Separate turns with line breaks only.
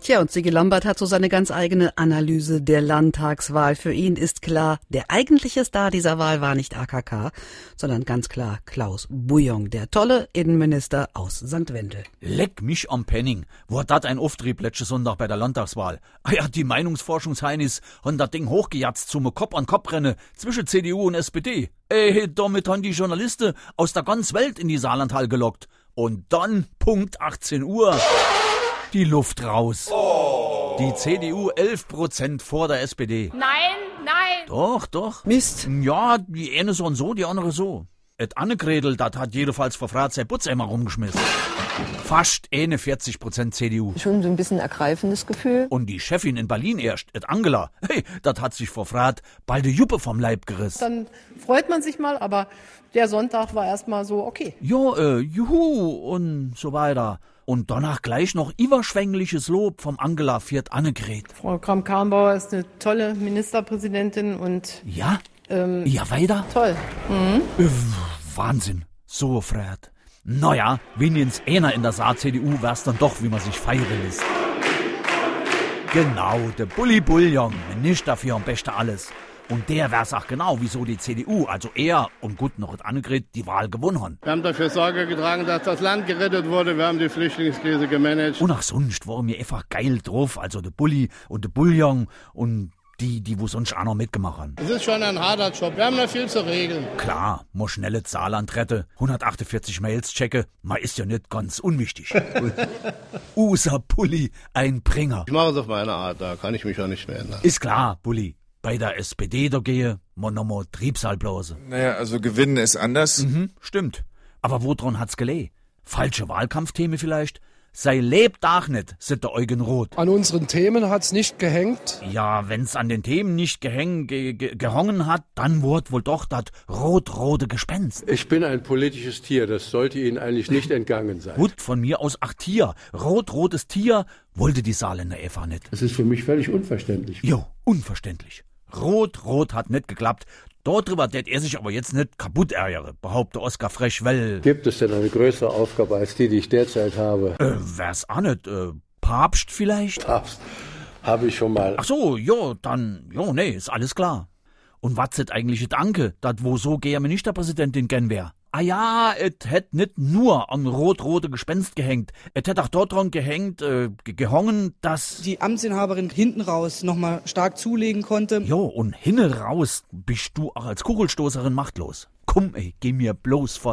Tja, und Sigi Lambert hat so seine ganz eigene Analyse der Landtagswahl. Für ihn ist klar, der eigentliche Star dieser Wahl war nicht AKK, sondern ganz klar Klaus Bouillon, der tolle Innenminister aus St. Wendel.
Leck mich am Penning. Wo hat dat ein Auftrieb letzte Sonntag bei der Landtagswahl? Ah ja, die Meinungsforschungsheinis haben dat Ding hochgejatzt zum Kopf an Kopf rennen zwischen CDU und SPD. Ey, damit haben die Journalisten aus der ganzen Welt in die Saarlandhall gelockt. Und dann Punkt 18 Uhr die Luft raus. Die CDU 11% vor der SPD.
Nein, nein.
Doch, doch.
Mist.
Ja, die eine so und so, die andere so. Et Annegredel, dat hat jedenfalls verfrat sein Putz immer rumgeschmissen. Fast eine 40% CDU.
Schon so ein bisschen ergreifendes Gefühl.
Und die Chefin in Berlin erst, et Angela, hey, dat hat sich verfrat, bald die Juppe vom Leib gerissen.
dann freut man sich mal, aber der Sonntag war erstmal so okay.
Jo, äh, juhu und so weiter. Und danach gleich noch überschwängliches Lob vom Angela Viert Annegret.
Frau Kramp-Karrenbauer ist eine tolle Ministerpräsidentin und
Ja?
ähm,
Ja, weiter?
toll.
Äh, Wahnsinn, so Fred. Naja, wenigstens einer in der Saar-CDU wär's dann doch, wie man sich feiern lässt. Genau, der Bulli Bullion, nicht dafür am besten alles. Und der wär's auch genau, wieso die CDU, also er und gut noch et Annegret, die Wahl gewonnen haben.
Wir haben dafür Sorge getragen, dass das Land gerettet wurde. Wir haben die Flüchtlingskrise gemanagt.
Und auch sonst waren wir einfach geil drauf, also der Bulli und der Bullion und die, die wo sonst auch noch mitgemacht haben.
Es ist schon ein harter Job. Wir haben da viel zu regeln.
Klar, mo schnelle Saarland rette, 148 Mails checke, ma ist ja nicht ganz unwichtig. Usa Pulli, ein Bringer.
Ich mache es auf meine Art, da kann ich mich ja nicht mehr ändern.
Ist klar, Bulli. Bei der SPD da gehe, Monomo Triebsalblase.
Naja, also gewinnen ist anders.
Mhm, stimmt. Aber wodran hat's geleh? Falsche Wahlkampfthemen vielleicht? Sei lebt auch nicht, sit der Eugen Roth.
An unseren Themen hat's nicht gehängt.
Ja, wenn's an den Themen nicht gehäng, ge, ge, gehongen hat, dann wurd wohl doch dat rot-rote Gespenst.
Ich bin ein politisches Tier, das sollte Ihnen eigentlich nicht entgangen sein.
Gut, von mir aus acht Tier. Rot-rotes Tier wollte die Saarländer einfach nicht.
Das ist für mich völlig unverständlich.
Jo, unverständlich. Rot-rot hat nicht geklappt. Dort drüber tät er sich aber jetzt nicht kaputt ärgere, behaupte Oskar äh, Frech, weil...
Gibt es denn eine größere Aufgabe als die, die ich derzeit habe?
Äh, wär's auch nicht, äh, Papst vielleicht?
Papst, habe ich schon mal.
Ach so, jo, dann, jo, nee, ist alles klar. Und was ist eigentlich et Anke, dat wo so geher Ministerpräsidentin gern wär? Ah ja, et hätt nit nur an rot-rote Gespenst gehängt, et hätt auch dort dran gehängt, äh, ge- gehongen, dass...
die Amtsinhaberin hinten raus nochmal stark zulegen konnte.
Jo, und hinne raus bist du auch als Kugelstoßerin machtlos. Komm, ey, geh mir bloß fort.